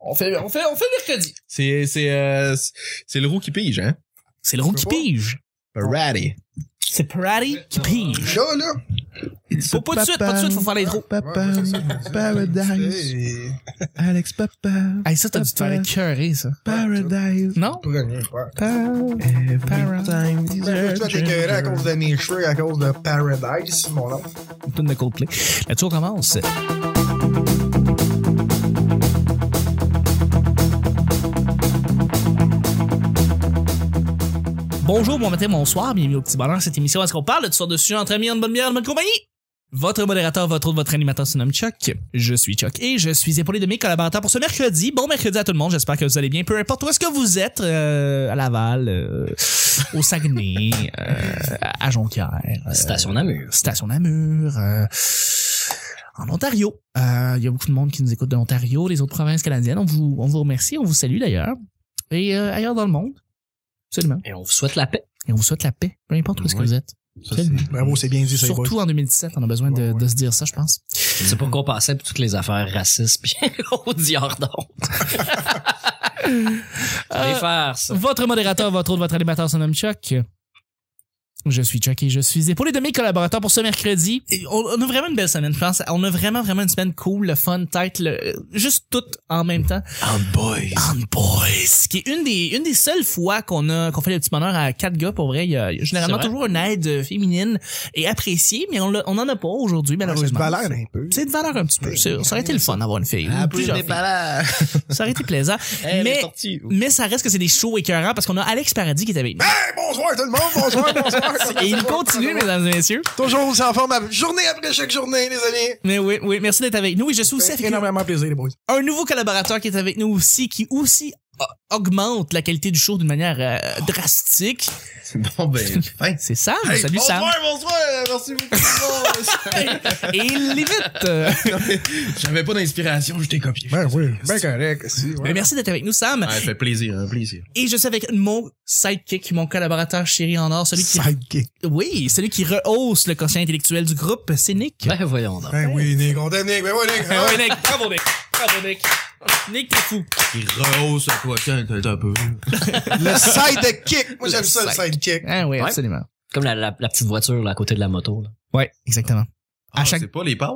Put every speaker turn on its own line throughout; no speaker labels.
On fait, on fait, on fait mercredi.
C'est, c'est, euh, c'est- c'est le roux qui pige, hein?
C'est le roux qui
Je peux pas.
pige.
Parati.
C'est Parati qui pige.
Là, là.
Pas, pas de suite, pas de suite, faut faire les trous.
Papa,
Ouais, c'est ça.
Paradise,
Et-
Alex Papa,
Hey, ça, t'as dû te faire écœurer, ça.
Paradise.
Non?
Pour rien, ouais.
Every
Paradise.
time
Ben, Je
deserve
me suis écœuré à cause de mes cheveux, à cause de Paradise, mon nom.
Une tonne de Coldplay. La tour commence. Bonjour, bon matin, bonsoir, bienvenue au petit bonheur. Cette émission, où est-ce qu'on parle de toutes sortes de sujets entre amis, en bonne bière, en bonne compagnie? Votre modérateur, votre autre, votre animateur se nomme Chuck. Je suis Chuck et je suis épaulé de mes collaborateurs pour ce mercredi. Bon mercredi à tout le monde, j'espère que vous allez bien. Peu importe où est-ce que vous êtes, euh, à Laval, euh, au Saguenay, euh, à Jonquière. euh,
Station Namur.
Station Namur, euh, en Ontario. Euh, Il y a beaucoup de monde qui nous écoute de l'Ontario, des autres provinces canadiennes. On vous, on vous remercie, on vous salue d'ailleurs. Et euh, ailleurs dans le monde, absolument.
Et on vous souhaite la paix.
Et on vous souhaite la paix, peu importe où est-ce que
Oui.
vous êtes.
Ça, c'est-
Bravo, c'est bien dit, ça, les boys.
Surtout en 2017, on a besoin de,
Ouais, ouais.
de se dire ça, je pense.
C'est pas qu'on passait pour toutes les affaires racistes puis au diordon. Allez
Euh,
faire ça.
Votre modérateur, votre autre, votre animateur se nomme Chuck. Je suis Chuck et je suis épaulé de mes collaborateurs pour ce mercredi. Et on, on a vraiment une belle semaine, je pense. On a vraiment, vraiment une semaine cool, le fun, tête, le, juste tout en même temps.
Oh, boys.
On Boys, qui est une des une des seules fois qu'on a qu'on fait le petit bonheur à quatre gars pour vrai, il y a généralement
C'est vrai.
toujours une aide euh, féminine et appréciée, mais on l'a- on en a pas aujourd'hui
C'est de
malheureusement.
valeur un peu.
C'est de valeur un petit peu. c'est- Ça aurait été le fun d'avoir une fille. ou plusieurs filles.
là.
Ça aurait été plaisant.
Hey, les
mais
tortues.
mais ça reste que c'est des shows écœurants parce qu'on a Alex Paradis qui est avec nous.
Hey, bonsoir tout le monde, bonsoir, bonsoir.
Et il continue, mesdames et messieurs.
Toujours vous en forme, journée après chaque journée, les amis.
Mais oui, oui, merci d'être avec nous. Et je suis aussi
C'est
avec
énormément plaisir, les boys.
un nouveau collaborateur qui est avec nous aussi, qui aussi o- augmente la qualité du show d'une manière euh, drastique.
Bon, ben, fin.
C'est Sam. Salut Sam.
bonsoir, merci beaucoup.
Et il l'évite. Euh,
J'avais pas d'inspiration, je t'ai copié.
Ben oui, ben correct. Si,
Mais
ouais.
merci d'être avec nous, Sam.
Ah, ça fait plaisir, hein, plaisir.
Et je suis avec mon sidekick, mon collaborateur chéri en or, celui qui,
Sidekick.
oui, celui qui rehausse le quotient intellectuel du groupe, c'est Nick.
Ben voyons donc.
Ben oui, Nick, on t'aime, Nick, ben oui, Nick.
Ah ouais, Nick. Bravo, Nick. Bravo, Nick. Nick, t'es fou.
Il rehausse le quotient, t'as un peu.
Le sidekick. Moi, j'aime
Le
ça, le sidekick.
Ah oui,
Ouais.
absolument.
Comme la, la, la petite voiture là, à côté de la moto. Là.
Ouais, exactement.
Ah,
À chaque-
C'est pas les pâtes.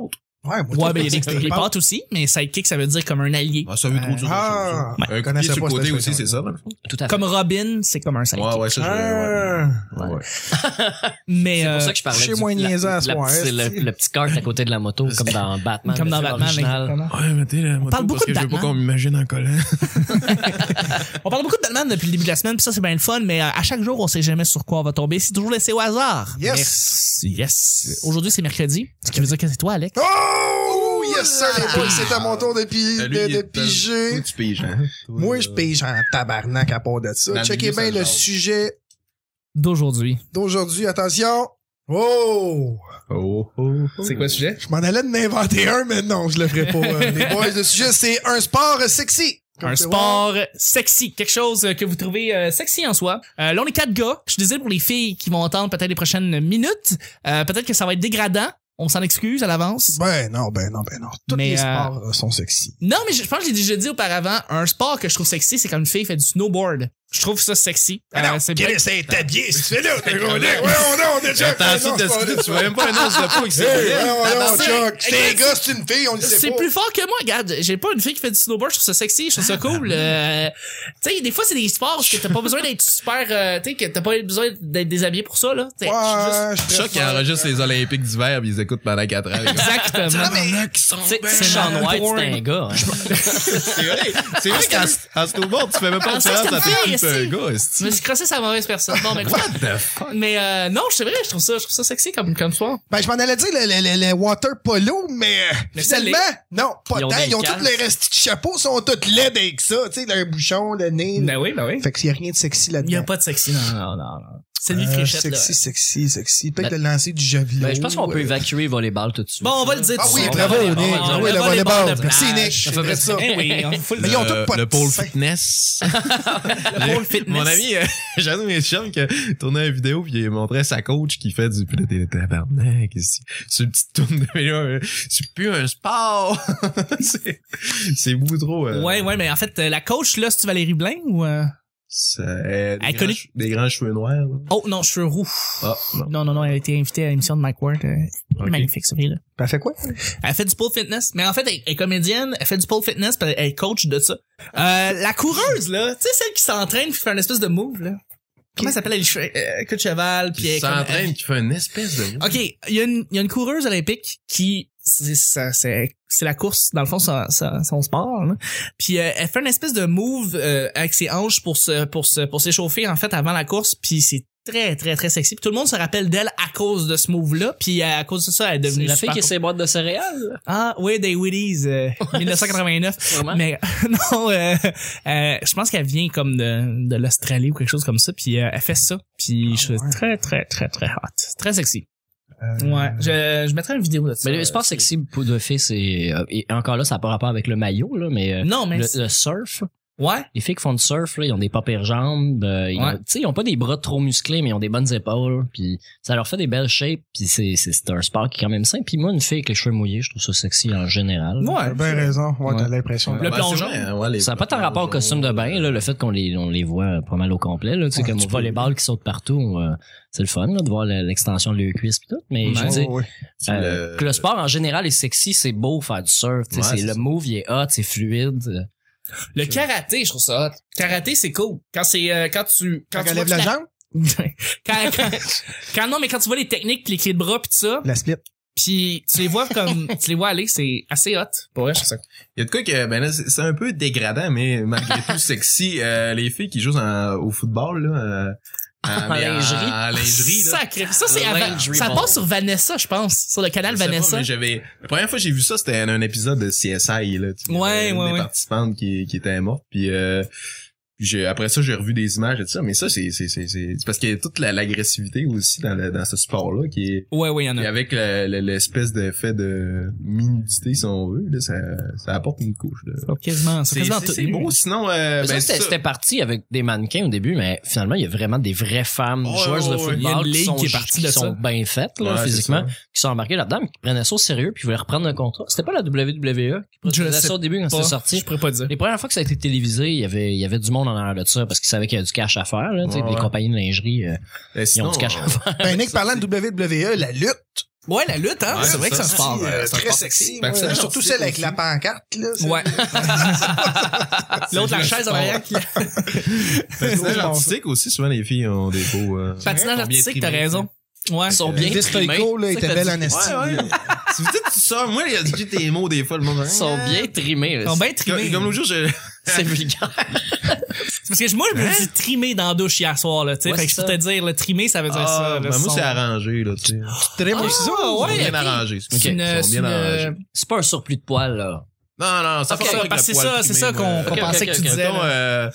Ouais,
Ouais,
moi,
ben, il y a
c'est
des,
des
des
pâtes.
pattes aussi, mais sidekick, ça veut dire comme un allié.
Ah, ça veut trop dire.
Ah,
autre chose. hein.
je
un
connaissais
copier
pas
sur le
cette
côté aussi,
expression.
c'est ça, dans le fond?
Tout à fait.
Comme Robin, c'est comme un sidekick.
Ouais, ouais, ça, je
Ah.
ouais, ouais.
Ouais.
ouais.
Mais,
C'est
euh,
pour ça que je parlais
chez
du,
moi,
la,
niaisant à ce
la
soir,
petite-
hein,
le, le petit kart à côté de la moto, comme dans Batman.
comme
le
dans
film
Batman.
original.
Ah.
exactement.
Ouais, mettez la moto
parle
parce
beaucoup
que
de
je veux pas
Batman.
qu'on m'imagine en collant.
On parle beaucoup de Batman depuis le début de la semaine, puis ça, c'est bien le fun, mais euh, à chaque jour, on sait jamais sur quoi on va tomber. C'est toujours laissé au hasard.
Yes.
Yes. Aujourd'hui, c'est mercredi. Ce qui veut dire que c'est toi, Alex.
Oh, yes, sir, les boys, c'est à mon tour de, pi-
Lui,
de,
il
de
est-
piger.
Toi, tu piges, hein?
Moi, je pige en tabarnak à part de ça.
Dans
Checkez
le milieu,
bien
ça
le
jase.
sujet
D'aujourd'hui.
d'aujourd'hui. Attention. Oh!
Oh, oh, oh.
C'est quoi le sujet?
Je m'en allais de m'inventer un, mais non, je le ferai pas. euh, les boys, le sujet, c'est un sport euh, sexy. Comme
Un
tu vois.
sport sexy. Quelque chose euh, que vous trouvez euh, sexy en soi. Euh, là, on est quatre gars. Je suis désolé pour les filles qui vont entendre peut-être les prochaines minutes. Euh, peut-être que ça va être dégradant. On s'en excuse à l'avance.
Ben non, ben non, ben non. Tous
Mais,
les
euh,
sports euh, sont sexy.
Non, mais je, je pense que j'ai déjà dit auparavant, un sport que je trouve sexy, c'est quand une fille fait du snowboard. Je trouve ça sexy.
Ah
Euh, c'est peut-être-
c'est habillé, si tu fais là, t'es gros là. Ouais, on a, on a déjà
Attends, ça, t'as
Hey,
dit, tu vois même pas un nom, c'est pas que
ouais,
c'est. Euh,
on a,
c'est-
Chuck. C'est un
écoute,
gars, c'est une fille, on le sait
C'est
pas. Ah,
plus fort que moi, regarde. J'ai pas une fille qui fait du snowboard, je trouve ça sexy, je trouve ça cool. Euh, tu sais, des fois, c'est des sports que t'as pas besoin d'être super, euh, tu sais, que t'as pas besoin d'être déshabillé pour ça, là. T'sais, je suis juste-
Ouais, je
Choc, il
préfère-
enregistre les Olympiques d'hiver pis ils écoutent pendant 4 ans.
Exactement.
Tu sais,
C'est
Sean
mal
White,
porn.
c'est un gars. hein.
C'est vrai, c'est vrai qu'en s- en snowboard, tu fais même pas
Ah,
de
ça,
chance
c'est
à
une fille,
tes un
esti.
gars,
Je
esti.
me suis crassé sa mauvaise personne. Bon, mais quoi?
the fuck?
Mais euh, non, c'est vrai, je trouve ça, je trouve ça sexy comme, comme sport.
Ben, je m'en allais dire le, le, le, le water polo, mais, euh,
Mais
finalement, non, pas
Ils ont
tant.
des
Ils ont
casques.
tous les restes de chapeau, sont tous laids avec ça, tu sais, leur bouchon, le nez.
oui, ben oui.
Fait qu'il y a rien de sexy
Il y a
là-dedans.
pas de sexy, non, non, non. non. Sylvie
Euh,
Fréchette, là.
sexy, sexy, sexy. Peut-être
Ben-
le lancer du javelot. euh,
Ben, je pense qu'on peut évacuer volleyball tout de suite.
Bon, on va le dire
Ah
tout de
oui,
suite.
bravo,
On va
Nick.
aller voir.
Ah oui,
On
le
va aller
volleyball.
voir de
Merci,
plage.
Nick. Ça fait
J'aimerais
ça.
Eh oui, on fout
Mais
le
ils ont tous
Le-
pas de
le pôle
sein.
fitness.
le pôle fitness.
Mon ami, euh, Jeannot Méchant, qui tournait une vidéo, puis il montrait sa coach qui fait du puis là, t'es tabarnak, ici. C'est une petite tourne de vélo, euh, c'est plus un sport. c'est, c'est beaucoup trop. euh,
Ouais, ouais, mais en fait, euh, la coach, là, c'est-tu Valérie Blain ou... euh,
c'est, euh, des,
Elle
grands
connaît-
che- des grands cheveux noirs. là.
Oh, non, cheveux roux.
Ah, non.
Non, non, non, elle a été invitée à l'émission de Mike Ward. euh,
Ok.
Magnifique, ce là
Elle Ben, fait quoi?
Elle fait du pole fitness, mais en fait, elle, elle est comédienne, elle fait du pole fitness, puis elle est coach de ça. Euh, la coureuse, là, tu sais, celle qui s'entraîne puis fait un espèce de move, là. Comment elle s'appelle? Elle a les cheveux, euh, queue de cheval, puis
Puis
elle est
il
comme-
s'entraîne, qui fait une espèce de.
OK, il y, a une- il y a une coureuse olympique qui c'est ça, c'est c'est la course dans le fond son, son, son sport là. puis euh, elle fait une espèce de move euh, avec ses hanches pour se pour se pour s'échauffer en fait avant la course puis c'est très très très sexy puis tout le monde se rappelle d'elle à cause de ce move là puis à cause de ça elle
C'est
est devenue
la fille
super
qui a ses boîtes de céréales.
ah oui, des Wheaties, euh, 1989.
Vraiment.
Mais non, euh, euh, je pense qu'elle vient comme de, de l'Australie ou quelque chose comme ça, puis euh, elle fait ça. Puis
Ah,
je suis très, très, très, très hot. Très sexy. Ouais, je, je mettrai une vidéo de ça.
Euh,
euh,
Mais le sport sexy pour de filles, c'est euh, et encore là, ça n'a pas rapport avec le maillot là, mais euh,
Non, mais...
le, le surf,
Ouais,
les filles qui font du surf, là, ils ont des pas pires jambes, euh, ils,
Ouais.
ont, tu sais, ils ont pas des bras trop musclés, mais ils ont des bonnes épaules, puis ça leur fait des belles shapes, puis c'est c'est c'est un sport qui est quand même simple. Puis moi, une fille avec les cheveux mouillés, je trouve ça sexy en général.
T'as
ouais.
bien raison. Ouais, t'as
Ouais.
l'impression. de-
Le
Ouais,
plongeon.
c'est vrai, hein, ouais, les-
Ça n'a pas tant rapport au costume de bain, là, le fait qu'on les, on les voit pas mal au complet. Là, tu sais,
Ouais,
comme
tu
on
peux.
voit les balles qui sautent partout, euh, c'est le fun là, de voir la- l'extension de leurs cuisses pis tout. Mais je
Ouais,
veux dire,
ouais, ouais.
euh,
Le-
que le sport en général est sexy, c'est beau faire du surf. tu sais,
Ouais,
c'est
c'est
le
ça.
move, il est hot, c'est fluide.
Le karaté, je trouve ça hot. Karaté, c'est cool. Quand c'est... euh, quand tu...
Quand
tu
elle
vois
lève la
que
jambe,
quand, quand, quand- non, mais quand tu vois les techniques, pis les clés de bras, pis tout ça,
la split.
puis tu les vois comme... tu les vois aller, c'est assez hot. Pour vrai, je trouve ça
Il y a de quoi que ben là, c'est c'est un peu dégradant, mais malgré tout sexy. Euh, les filles qui jouent en- au football là, euh,
En
mais
lingerie.
en lingerie là.
Ah, Sacré. Ça, c'est
Le
avant-
lingerie
Ça
ball.
passe sur Vanessa, je pense. Sur le canal
Je sais pas,
Vanessa.
mais j'avais la première fois que j'ai vu ça, c'était un, un épisode de CSI là. tu sais,
Ouais,
euh, une
ouais,
des
ouais.
participantes qui qui était morte puis euh, puis j'ai après ça j'ai revu des images et tout ça, mais ça c'est c'est c'est c'est c'est parce qu'il y a toute la- l'agressivité aussi dans le, dans ce sport là qui est
Ouais, ouais, il y en
et
a.
avec la- la- l'espèce d'effet de minudité si on veut là, ça ça apporte une couche là.
Quasiment,
C'est c'est- c'est beau sinon euh,
Mais ça,
ben,
c'était-
ça-
c'était parti avec des mannequins au début, mais finalement, il y a vraiment des vraies femmes
Oh,
joueuses
ouais,
de
ouais, ouais.
football
Il y a une
qui
ligue
sont,
qui est partie de
qui
ça.
sont bien faites là,
Ouais, c'est
physiquement,
ça.
qui sont embarquées là-dedans, mais qui prenaient ça au sérieux, puis ils voulaient reprendre le contrat. C'était pas la WWE qui
Je
prenait
sais
ça au début quand
pas.
c'était sorti.
Je pourrais pas dire.
Les premières fois que ça a été télévisé, il y avait, il y avait du monde en arrière de ça parce qu'ils savaient qu'il y a du cash à faire. Là, tu sais,
Ouais,
Les
ouais.
compagnies de lingerie, euh, ils
ben,
ont
sinon,
du cash à
euh,
faire.
Ben, Nick parlant de WWE, la lutte.
Ouais, la lutte, hein.
Ouais,
c'est vrai que
ça,
ça se
c'est-
parle.
euh,
C'est
c'est un
très
sport
sexy.
sexy. Ben,
ouais.
c'est un
Surtout
sport
celle avec
aussi.
la pancarte, là. c'est-
Ouais. L'autre, la chaise en arrière. qui-
Ben, Patinage artistique aussi, souvent les filles ont des beaux. euh,
Patinage
combien
artistique,
de
t'as
trimés,
raison. Ouais.
Ils sont bien
Elvis
trimés.
Stoico, là,
C'est
était
ça que
belle
t'as
en
dit.
tu
esti.
sais. Ouais, ouais. si vous dites tout ça, moi, il a dit tes mots des fois, le monde. Ah.
Ils sont bien trimés.
Ils sont bien
Comme,
trimés.
comme l'autre jour, je.
C'est vulgaire.
C'est Parce que moi, je me suis trimé dans la douche hier soir, là, tu sais.
Ouais,
fait que je
c'est
peux te
ça.
dire, le trimé, ça veut dire ça.
Ah,
le
ben, moi,
son.
c'est arrangé, là, tu sais.
Très
Ah,
bien.
Ils sont
ouais,
bien
ok.
arrangé.
C'est une,
Ils sont
c'est
bien
une- euh,
arrangés.
C'est pas un surplus de poils, là.
Non, non, ça
Ok,
fait
parce que c'est ça, c'est ça qu'on- qu'on
Ok,
pensait
ok,
que tu
ok,
disais.
Mettons,
là.
euh,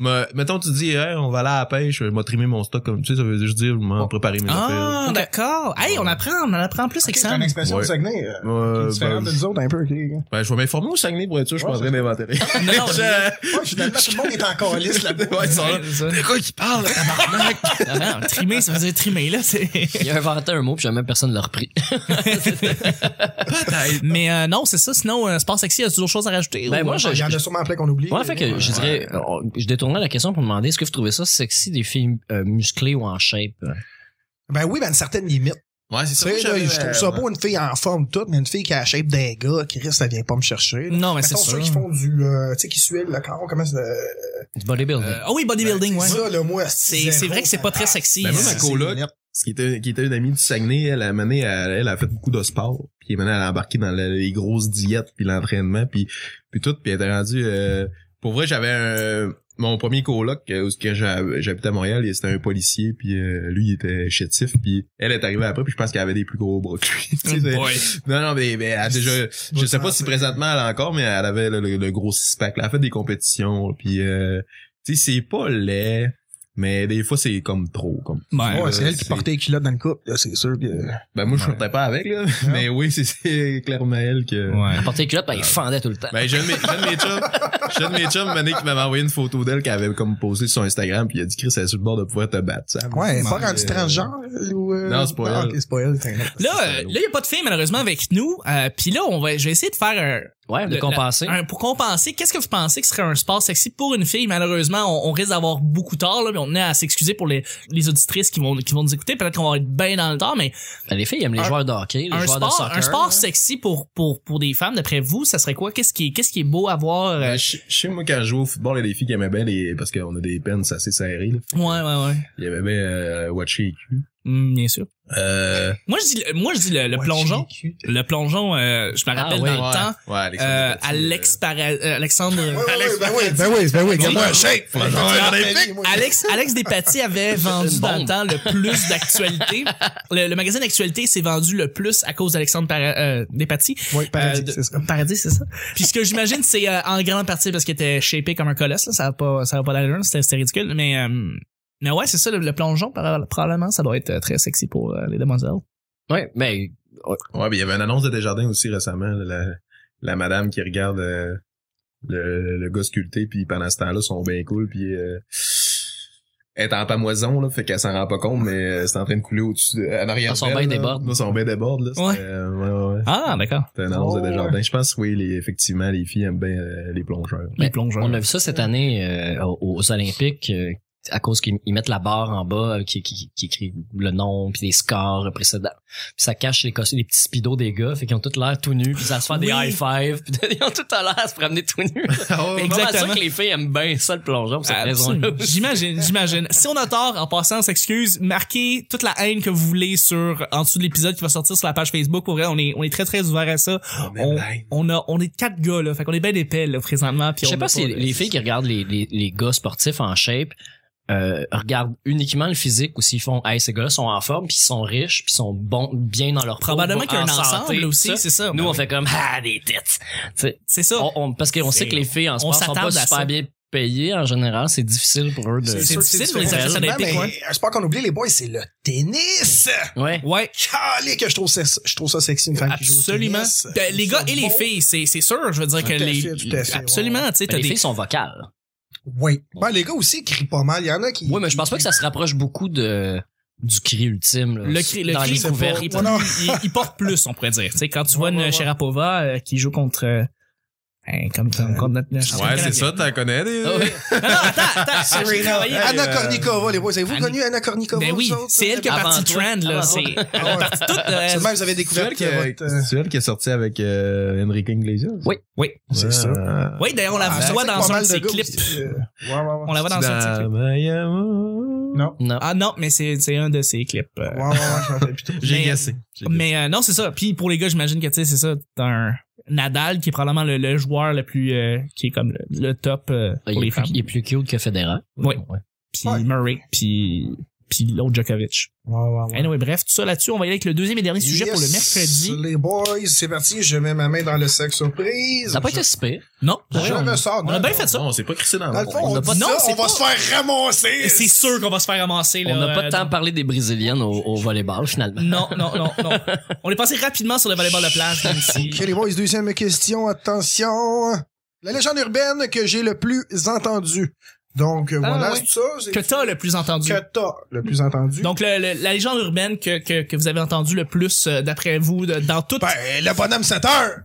me- mettons, tu dis, hey, on va aller à la pêche, je vais trimer mon stock comme tu sais, ça veut juste dire, je vais m'en préparer mes affaires.
Ah, d'accord. Hey, on apprend, on en apprend plus avec
C'est
ça.
une expression
Ouais.
du Saguenay. euh, qui est
Euh,
différente
ben,
de nous autres, un peu. ok, les gars.
ben, je vais m'informer au Saguenay pour être sûr, je
Ouais,
prendrai mes inventaires.
Non, non,
Ouais, finalement, tout le monde est en calice là-bas.
Ouais, ils sont là.
non,
Le gars qui parle, là, tabarnak!
non, Trimé, ça veut dire trimé, là. c'est-
Il a inventé un mot, puis jamais personne l'a repris.
Peut-être.
Mais euh, non, c'est ça. Sinon, euh, sport sexy, il y a toujours chose à rajouter.
Ben,
ou- euh?
moi, je-
Il y en a sûrement plein qu'on oublie.
Moi, en fait que je dirais, on- je détournerais la question pour demander est-ce que vous trouvez ça sexy des filles euh, musclées ou en shape euh?
Ben oui, ben une certaine limite.
Ouais,
Tu
c'est ça.
sais, là,
J'avais- euh,
je trouve ça beau, une fille en forme toute, mais une fille qui a la shape d'un gars, qui reste, ça vient pas me chercher. là.
Non, mais c'est
Mettons,
sûr.
ceux qui font du, euh, tu sais, qui suivent le corps, comment ça,
Du bodybuilding
Euh, Ah oui, bodybuilding, ouais.
Ben, ça, là, moi,
C'est c'est vrai que c'est pas très sexy.
Ben, moi, ma
Euh,
coloc, ce qui était, qui était une amie du Saguenay, elle, à un moment donné, elle, elle a fait beaucoup de sport, puis maintenant elle a embarqué dans la- les grosses diètes, puis l'entraînement, puis, puis tout, puis elle était rendue... euh, pour vrai, j'avais un... Mon premier coloc, euh, où ce que j'ha- j'habitais à Montréal, il- c'était un policier, puis euh, lui, il était chétif, puis elle est arrivée après, puis je pense qu'elle avait des plus gros bras que lui. Tu sais, c'est-
boy.
non, non, mais, mais elle a déjà... Je sais pas si présentement elle a encore, mais elle avait le, le- le gros six-pack. là. Elle a fait des compétitions, puis... euh, tu sais, c'est pas laid. Mais des fois, c'est comme trop. Comme...
Ouais.
là,
Ouais, c'est elle qui
ben, euh, c'est-
portait les culottes dans le couple, là, c'est sûr. puis, euh,
Ben, moi, je
Ouais.
sortais pas avec, là. Mais oui, c'est- c'est clairement elle que...
Ouais.
Porter les
euh,
culottes, ben, il fendait tout le temps.
Ben, j'ai un de mes- j'ai un de mes chums, j'ai un de mes chums, Mané, qui m'avait envoyé une photo d'elle qu'elle avait comme postée sur Instagram, puis il a dit, Chris, elle est sur le bord de pouvoir te battre, ça.
Ouais,
Ouais,
pas rendu
euh,
transgenre, elle, ou, euh,
Non, c'est pas
ah,
elle.
ok, c'est pas elle. c'est un autre.
Là, euh, là, il n'y a pas de fille, malheureusement, avec nous. Euh, Puis là, on va, je vais essayer de faire un,
Ouais, de
Le-
compenser.
Un- pour compenser, qu'est-ce que vous pensez que serait un sport sexy pour une fille? Malheureusement, on, on risque d'avoir beaucoup tard, là, mais on est à s'excuser pour les, les auditrices qui vont, qui vont nous écouter. Peut-être qu'on va être bien dans le temps, mais
Ben, les filles aiment les
Un-
joueurs de hockey, les
un
joueurs de
sport,
soccer.
un sport
là.
sexy pour, pour, pour des femmes, d'après vous, ça serait quoi? Qu'est-ce qui est, qu'est-ce qui est beau à voir? euh,
Ben, je je sais, moi, quand je jouais au football, il y a des filles qui aimaient bien les, parce qu'on a des peines assez serrées, là.
Ouais, ouais, ouais.
Il aimait bien, euh, watcher les culs.
Hum, bien sûr.
Euh,
Moi, je dis, le- moi, je dis le, le
Ouais,
plongeon.
j'ai vécu.
Le plongeon, euh, je me
Ah,
rappelle
ouais,
dans le temps,
Ouais, Alexandre
euh,
Despatie,
Alex, Para- euh, Alexandre,
Ouais, ouais, ouais, Ben oui, ben oui, ben oui,
Bon,
garde-moi un shape.
Faut que j'en
Ah,
aille olympique.
Alex, Alex Despatie avait vendu
Une
dans le
bombe.
temps le plus d'actualité. Le, le magazine Actualité s'est vendu le plus à cause d'Alexandre Para- euh, Despatie.
Oui, paradis,
Euh, de-
c'est ça.
Paradis, c'est ça. Puis ce que j'imagine, c'est euh, en grande partie parce qu'il était shapé comme un colosse. Là. Ça va pas, ça va pas d'allure, c'était c'était ridicule. Mais euh, mais ouais, c'est ça le, le plongeon. par- Probablement, ça doit être euh, très sexy pour euh, les demoiselles.
Ouais, ben,
Ouais, mais il y avait une annonce de Desjardins aussi récemment, là, la, la madame qui regarde euh, le, le gars sculpté, puis pendant ce temps-là, sont bien cool, puis euh, elle est en pamoison, là, fait qu'elle s'en rend pas compte, mais euh, c'est en train de couler au-dessus, de, en arrière.
Ah, son
d'elle,
bain
là.
déborde.
Ouais, Son bain déborde, là.
Ouais.
C'était, euh, ouais, ouais, ouais.
Ah, d'accord.
C'était une annonce
Oh,
de Desjardins. Je pense, oui, les, effectivement, les filles aiment bien euh, les plongeurs.
Les
Ben,
plongeurs.
on a vu ça cette année euh, aux- aux Olympiques. euh, à cause qu'ils ils mettent la barre en bas euh, qui, qui, qui écrit le nom puis les scores euh, précédents puis ça cache les, cos- les petits speedos des gars fait qu'ils ont tout l'air tout nus puis ça se fait des
Oui.
high five puis ils ont tout à l'air à se promener tout nus
Oh, Exactement.
exactement c'est sûr que les filles aiment bien ça le plongeon pour cette raison
Absolument.
là
J'imagine, j'imagine. Si on a tort, en passant, on s'excuse, marquez toute la haine que vous voulez sur en dessous de l'épisode qui va sortir sur la page Facebook. Pour vrai, on est on est très très ouvert à ça. On, on a on est quatre gars là, fait qu'on est bien épais là présentement. Puis
je sais
on
pas
a
si les filles qui regardent les, les, les gars sportifs en shape euh, regardent uniquement le physique ou s'ils font hey ces gars-là sont en forme puis ils sont riches puis ils sont bons bien dans leur peau,
probablement qu'il y a un
en santé,
ensemble
puis
aussi,
ça.
c'est ça.
nous
Ben
on
oui.
fait comme ah des têtes
c'est ça.
on, on- parce qu'on sait que les filles en sport sont
s'attarde
pas
à ça.
super bien payées en général c'est difficile pour eux de
C'est
sûr que
difficile
c'est
pour les
différent,
athlètes olympiques,
mais euh,
ouais.
Un sport qu'on oublie, les boys, c'est le tennis.
ouais
Ouais.
Calé que je trouve ça, je trouve ça sexy, une femme qui joue au
Absolument.
tennis.
Ben, les gars et les
Bon.
filles, c'est c'est sûr, je veux dire
Tout
que
à
les
fait, tout à fait,
absolument, tu sais
Mais
t'as
Ben, les
des
filles sont vocales
Oui. Ben, les gars aussi crient pas mal. Il y en a qui.
ouais mais je pense pas que ça se rapproche beaucoup de du cri ultime là,
le cri, le
dans
cri,
les
c'est
couverts
pas- il,
Ouais, non.
il- il porte plus, on pourrait dire. Tu sais, quand tu vois
Ouais,
une
ouais, ouais.
Sharapova euh, qui joue contre, euh, hein, comme, comme
Euh,
contre notre notre championne
Ouais, c'est
canadienne.
ça, t'en connais des...
Ah ouais.
Non, non, attends, attends, j'ai
Serena.
travaillé avec-
euh,
Anna Kournikova, les boys. Avez-vous
Anna-
connu Anna Kournikova?
Ben oui,
vous autres, Ah
c'est
là?
elle qui a
avant
parti
toi,
trend, là.
avant
C'est,
toi.
elle a parti toute, euh,
Seulement, vous avez découvert
C'est elle
que
qui
votre.
a-
euh,
c'est elle qui est sortie avec euh, Enrique Iglesias.
oui.
C'est ça.
ça.
Oui, d'ailleurs, on la
Ah,
voit
c'est pas
dans un
mal
de
de
ses
gars
clips.
aussi, euh, Ouais, ouais, ouais.
On la voit dans un de ses clips.
Non.
Non.
non
Ah non, mais c'est, c'est un de ses clips. euh.
Ouais, ouais, ouais, je m'en rappelle plus.
J'ai
Mais-
guessé. J'ai guessé.
Mais euh, non, c'est ça. Puis pour les gars, j'imagine que tu sais, c'est ça. T'as un Nadal qui est probablement le, le joueur le plus, euh, qui est comme le, le top euh, pour
Ah, il
les
est, plus,
femmes.
il est plus cute que Federer
Oui.
Ouais.
Puis
Ouais.
Murray, puis puis l'autre Djokovic.
Ouais, ouais, ouais.
Anyway, bref, tout ça là-dessus, on va y aller avec le deuxième et dernier sujet
Yes,
pour le mercredi.
Les boys, c'est parti. Je mets ma main dans le sac surprise.
ça n'a pas
Je-
été si pire
Non,
Je,
pour vrai,
me
on,
sors.
on a
Non,
bien
non.
fait ça.
Non, on s'est pas crissé dans
Dans le fond, on,
On a
dit
pas-
ça,
non, c'est
on va
pas-
se faire ramasser.
Et c'est sûr qu'on va se faire ramasser. Là,
on n'a pas
euh,
tant parlé des brésiliennes au, au volleyball finalement
Non, non, non, non. On est passé rapidement sur le volleyball de plage, même si.
Ok, les boys, deuxième question, attention. La légende urbaine que j'ai le plus entendue. Donc, voilà,
Ah, ouais.
c'est ça. c'est-
Que t'as le plus entendu.
Que t'as le plus entendu.
Donc, le- le- la légende urbaine que, que, que vous avez entendu le plus, euh, d'après vous, de- dans toute...
ben, le bonhomme 7 heures.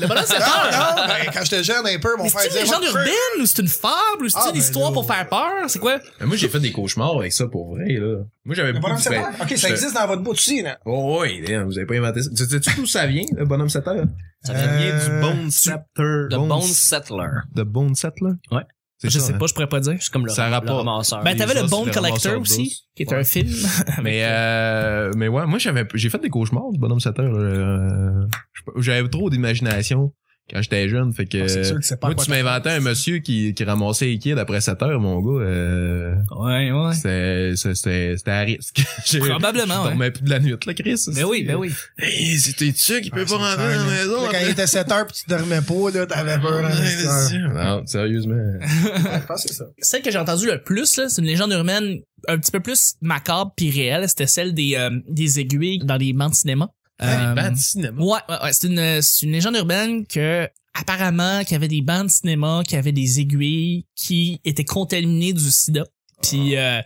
le bonhomme, c'est
Non,
peur!
non, ben, quand j'étais jeune, un peu, mon
Mais
frère
c'est-tu une
disait.
légende
Moi,
urbaine, ou c'est une fable, ou c'est
Ah,
une
ben
histoire
là.
pour faire peur? C'est quoi?
Mais moi, j'ai fait des cauchemars avec ça pour vrai, là. Moi, j'avais
Le
beaucoup
bonhomme
de
7 heures?
fait-
Ok, ça
Ben, je-
existe dans votre bout aussi, là.
Oh, oui, hein, vous avez pas inventé ça. Tu sais d'où ça vient, le bonhomme 7 heures?
ça
Euh,
vient
du Bone
Settler.
de Bone Settler
De Bone Settler?
Ouais.
C'est
Je
ça,
sais
hein.
pas, je pourrais pas dire.
c'est comme le,
Ça
le
rapporte.
ramasseur
Ben, t'avais
Les
le
os,
Bone
le
Collector
ramasseur
aussi,
d'os.
qui est
Ouais.
un film.
Mais euh, mais ouais, moi j'avais j'ai fait des cauchemars du bonhomme 7 heures. là. Euh, je sais pas, j'avais trop d'imagination. quand j'étais jeune. Fait que,
Ah, C'est sûr que c'est pas
Euh, moi,
quoi
tu
t'as-
m'inventais un monsieur qui, qui ramassait les kids après 7 heures, mon gars. Euh,
Ouais, ouais.
c'était- c'était- C'était c'était à risque. J'ai-
Probablement,
Je
ouais.
dormais plus de la nuit, là, Chris.
Ben oui, ben oui.
Hey, c'était sûr qu'il
Ah,
peut pas
c'est
rentrer
clair,
à la
là.
maison.
Là, Quand il
après.
était 7 heures pis tu dormais pas, là, t'avais peur. hein, c'est ça.
Non,
Euh,
sérieusement.
Je pense que c'est ça.
Celle que j'ai entendue le plus, là, c'est une légende urbaine un petit peu plus macabre puis réelle. C'était celle des, euh, des aiguilles dans les bancs de cinéma. Euh,
Hey, bad cinéma.
Ouais, ouais, ouais. C'est une, euh, c'est une légende urbaine que, apparemment, qu'il y avait des bandes de cinéma, qu'il y avait des aiguilles qui étaient contaminées du sida.
Ah.
Puis euh,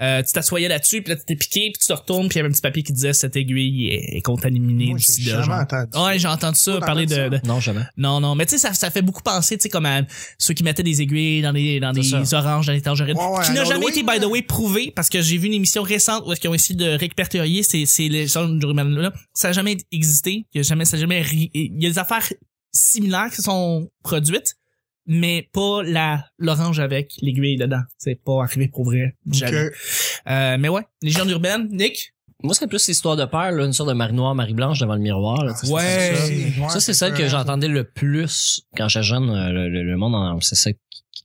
euh, tu t'assoyais là-dessus, puis là, tu t'es piqué, puis tu te retournes, puis il y avait un petit papier qui disait « Cette aiguille est contaminée
Moi,
du
j'ai
sida.
jamais
genre.
entendu » ça.
Ouais, j'ai entendu ça,
Pas
parler de,
entendu ça.
de-
Non, jamais.
Non, non, mais tu sais, ça, ça fait beaucoup penser, tu sais, comme à ceux qui mettaient des aiguilles dans des, dans
C'est
des oranges, dans des tangerines,
Ouais, ouais,
qui n'a
à
jamais
l'Halloween,
été, by the
là.
way, prouvé, parce que j'ai vu une émission récente où est-ce qu'ils ont essayé de répertorier ces, ces légendes là Ça n'a jamais existé, il y a jamais, ça a jamais, ri- il y a des affaires similaires qui se sont produites, mais pas la, l'orange avec l'aiguille dedans. C'est pas arrivé pour vrai. Jamais.
Que-
Euh, mais ouais, légende urbaine, Nick?
Moi, c'est plus l'histoire de peur, là, une sorte de marie noire, marie blanche devant le miroir. Là, tu sais,
Ouais. hein.
c'est
Ouais,
ça. Ça, c'est celle que
vrai.
j'entendais le plus quand j'étais jeune. euh, Le, le- le monde, en- c'est ça qui,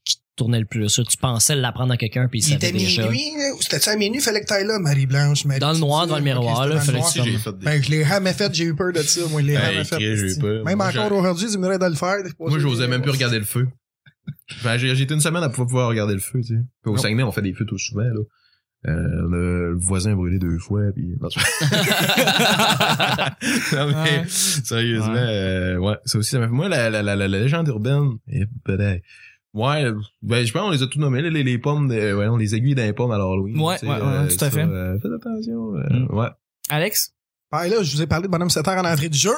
qui tournait le plus. Tu pensais l'apprendre à quelqu'un, puis il
Il était
savait déjà.
minuit, hein, ou c'était-tu à minuit, fallait que t'ailles là, Marie-Blanche, Marie-
Dans le noir,
Ok,
devant le miroir,
c'était
là,
dans le
fallait
noir.
que tu- j'ai
fait
Ben, je l'ai jamais fait, j'ai eu peur de ça, moi, je l'ai
Hey,
jamais fait.
Chris, j'ai eu peur.
Même
Moi,
encore
j'ai-
aujourd'hui, tu me dirais de le faire. de poser
Moi, j'osais
des-
même plus regarder le feu. Ben, j'ai j'ai été une semaine à pas pouvoir regarder le feu, tu sais. Puis au
Non.
Saguenay, on fait des feux tout souvent, là. Euh, on a- le voisin a brûlé deux fois, puis... Non, je- Non, mais,
Ouais.
sérieusement,
Ouais.
euh, ouais, ça aussi, ça m'a fait... Moi, la, la, la, la, la légende urbaine, eh, ben, eh, ouais, ben, je pense qu'on les a tous nommés, là, les, les pommes, de, ouais, non, les aiguilles d'un pomme à l'Halloween.
Ouais,
tu sais,
ouais, ouais, tout à
ça,
fait.
euh, faites attention, euh,
Mm.
ouais.
Alex?
Ah, là, je vous ai parlé de Bonhomme 7 heures en entrée du jeu.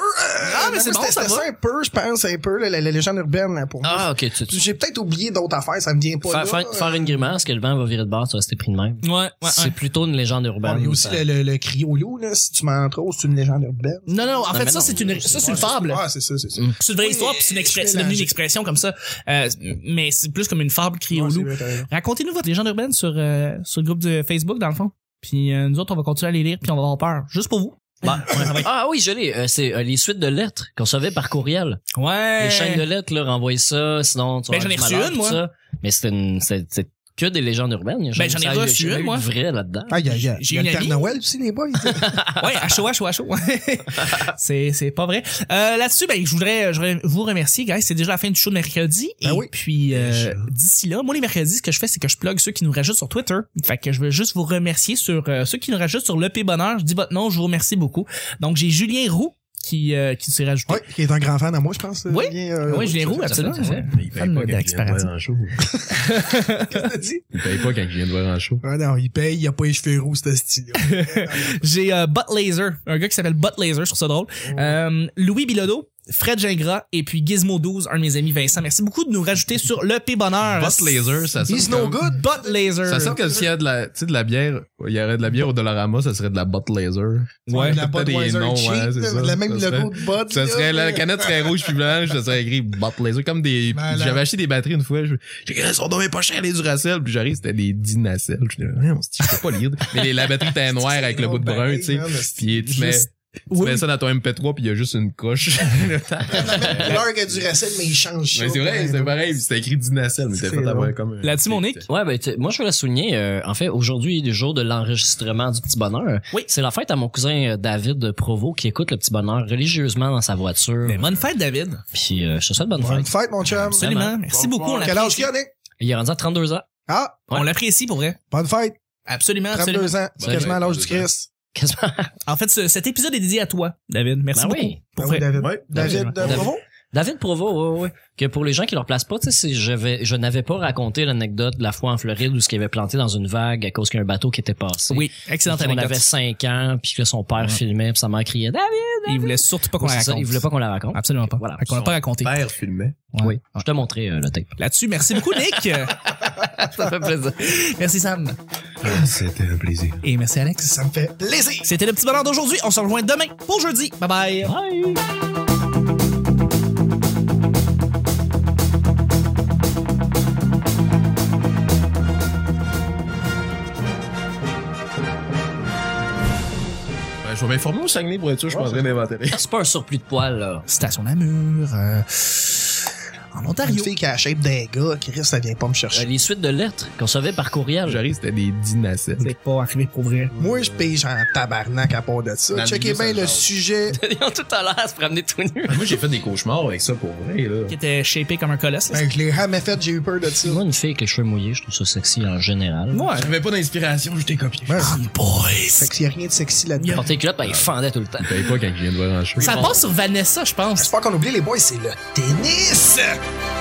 Ah,
mais c'est bon, ça va.
C'est un peu, je pense, un peu, là, la, la légende urbaine, là, pour moi.
Ah, ok. Tu, tu-
J'ai peut-être oublié d'autres affaires, ça me vient pas.
faire,
là. euh,
faire- faire une grimace que le vent va virer de bord, tu vas rester pris de même.
Ouais, ouais, Ah,
c'est plutôt une légende
Bon,
urbaine.
il y a aussi
ça.
le, le, le criollo, là, si tu m'en trop, c'est une légende urbaine.
Non, non, en
Non,
fait,
mais
ça,
non,
c'est une, ça, c'est une
Ouais,
fable.
Ah, c'est ça, c'est ça.
C'est une vraie
Oui,
histoire, puis c'est une
je
expression,
fais
c'est devenu
la-
une expression comme ça. Euh, mais c'est plus comme une fable criée au
Ouais, c'est
loup.
vrai, t'as raison.
Racontez-nous votre légende urbaine sur, euh, sur le groupe de Facebook, dans le fond. Puis euh, nous autres, on va continuer à les lire, puis on va avoir peur. Juste pour vous.
Bah, ah oui, je l'ai. Euh, c'est euh, les suites de lettres qu'on savait par courriel.
Ouais.
Les chaînes de lettres, là, renvoyer ça, sinon tu vas
Euh. Ben, j'en ai
avoir du
reçu
malheur,
une,
tout
moi.
ça. Mais c'était une, c'est- c'est que des légendes urbaines. Il y a
Ben,
jamais-
j'en ai
ça-
reçu
jamais
une,
eu de
moi.
vrai là-dedans.
Ah, il y a, il y a,
J'ai
il y a
une
le Père
amie.
Noël aussi, les boys.
ouais, à chaud, à chaud, à chaud. c'est, c'est pas vrai. Euh, là-dessus, ben, je voudrais, je voudrais vous remercier, guys. C'est déjà la fin du show de mercredi.
Ben
et
oui.
puis, euh,
Déjà.
d'ici là, moi, les mercredis, ce que je fais, c'est que je plug ceux qui nous rajoutent sur Twitter. Fait que je veux juste vous remercier sur euh, ceux qui nous rajoutent sur l'EP Bonheur. Je dis votre nom, je vous remercie beaucoup. Donc, j'ai Julien Roux qui, euh, qui s'est rajouté.
oui, qui est un grand fan à moi, je pense.
Oui.
Julien, euh,
oui, Julien Roux,
ça fait,
absolument.
ça fait.
ouais.
Mais il
Fan
paye pas
de
quand il vient de
Dexparati.
voir en show.
Qu'est-ce que t'as dit?
Il paye pas quand il vient de voir en show.
Ah non, il paye, il a pas les cheveux roux, ce style
J'ai euh, Butt Laser, un gars qui s'appelle Butt Laser, je trouve ça drôle. Euh, Louis Bilodeau, Fred Gingras et puis Gizmo12, un de mes amis Vincent. Merci beaucoup de nous rajouter sur le P Bonheur.
Boss Laser, ça sonne
He's no
comme-
good.
Butt Laser.
Ça sonne comme s'il y a de la, tu sais, de la bière, il y aurait de la bière au Dollarama, ça serait de la botte laser.
Ouais, la
peut-être des
Budweiser
noms,
cheap,
ouais, c'est
là,
ça.
la même
Ça serait-
logo de Bud.
Ça
là,
serait, la
mais-
canette serait rouge puis blanche, ça serait écrit botte laser, comme des,
Malade.
j'avais acheté des batteries une fois, je, j'ai dit, Ah, son nom est pas cher, les Duracell, puis j'arrive, c'était des Dinacell, je dis, non, je peux pas lire. Mais les- la batterie était noire avec le bout de brun, tu
ben,
sais. Puis tu mets,
Juste-
tu
Oui,
mets
oui.
ça dans ton MP3 puis il y a juste une coche.
L'heure que du racel, mais il change.
mais
ça,
c'est vrai,
ouais.
c'est pareil, puis c'était écrit Dinacell, mais t'as
C'est
fait avoir
drôle.
comme un-
Là-dessus, mon Nick?
Ouais, ben, tu- moi, je voulais souligner, euh, en fait, aujourd'hui, le jour de l'enregistrement du Petit Bonheur.
Oui.
C'est la fête à mon cousin euh, David Provo qui écoute le Petit Bonheur religieusement dans sa voiture.
Mais bonne fête, David.
Puis, euh, je te souhaite bonne
Bonne
fête.
fête, mon chum.
Absolument.
Absolument. Merci beaucoup. On
Quel âge
l'apprécie.
qu'il y en a?
Il est rendu à 32 ans.
Ah,
On l'apprécie pour vrai.
bonne fête.
Absolument, absolument.
32 ans. C'est
Bonne
quasiment
fête,
l'âge du
32 ans.
Christ.
Quasiment.
En fait, ce- cet épisode est dédié à toi, David. Merci
Ben
beaucoup.
oui.
Pour
Ah oui,
vrai.
David.
Ouais.
David,
David.
euh, bravo.
David Provo, ouais, ouais. Que pour les gens qui leur placent pas, tu sais, c'est- je vais, je n'avais pas raconté l'anecdote de la fois en Floride où ce qu'il avait planté dans une vague à cause qu'il y a un bateau qui était passé.
Oui, excellente
On avait
anecdote.
5 ans, puis que son père filmait, puis sa mère criait David.
Il voulait surtout pas qu'on la
C'est ça,
raconte.
il voulait pas qu'on la raconte.
Absolument pas.
Voilà.
Fait qu'on l'a pas raconté.
Père filmait.
Oui. Je te montrer le tape.
Là-dessus, merci beaucoup, Nick.
Ça fait plaisir.
merci, Sam.
Ah, C'était un plaisir.
Et merci, Alex.
Ça me fait plaisir.
C'était le petit bonheur d'aujourd'hui. On se rejoint demain pour jeudi. Bye bye.
Bye.
Ouais, Ben, je vais m'informer au Saguenay pour être sûr, je suis pas en train d'inventer. rien.
C'est pas un surplus de poils, là.
Station Namur, euh, en
Une
Ontario.
fille qui a la shape d'un gars, Chris, ça vient pas me chercher.
Euh, les suites de lettres qu'on savait par courriel.
J'arrive, c'était des Ben, dinacettes.
C'est pas arrivé pour vrai.
Moi, je pige en tabarnak à part de
Dans
ça.
le
Checkez bien
milieu, ça
le
jase.
sujet.
Ils ont tout à l'air à se promener tout nu.
Moi, j'ai fait des cauchemars avec ça pour vrai, là.
Qui était shapé comme un colosse.
Ben, je l'ai jamais fait, j'ai eu peur de ça.
Moi, une fille avec les cheveux mouillés, je trouve ça sexy en général.
Ouais.
J'avais pas d'inspiration, je t'ai copié.
Ouais. Fait
boys.
qu'il y a rien de sexy là-dedans.
Porter les culottes, ben, il fendait tout le temps.
Je savais pas quand il vient de voir en cheveux.
Ça passe sur Vanessa, je pense.
C'est pas qu'on oublie les boys, c'est le tennis!
Ah,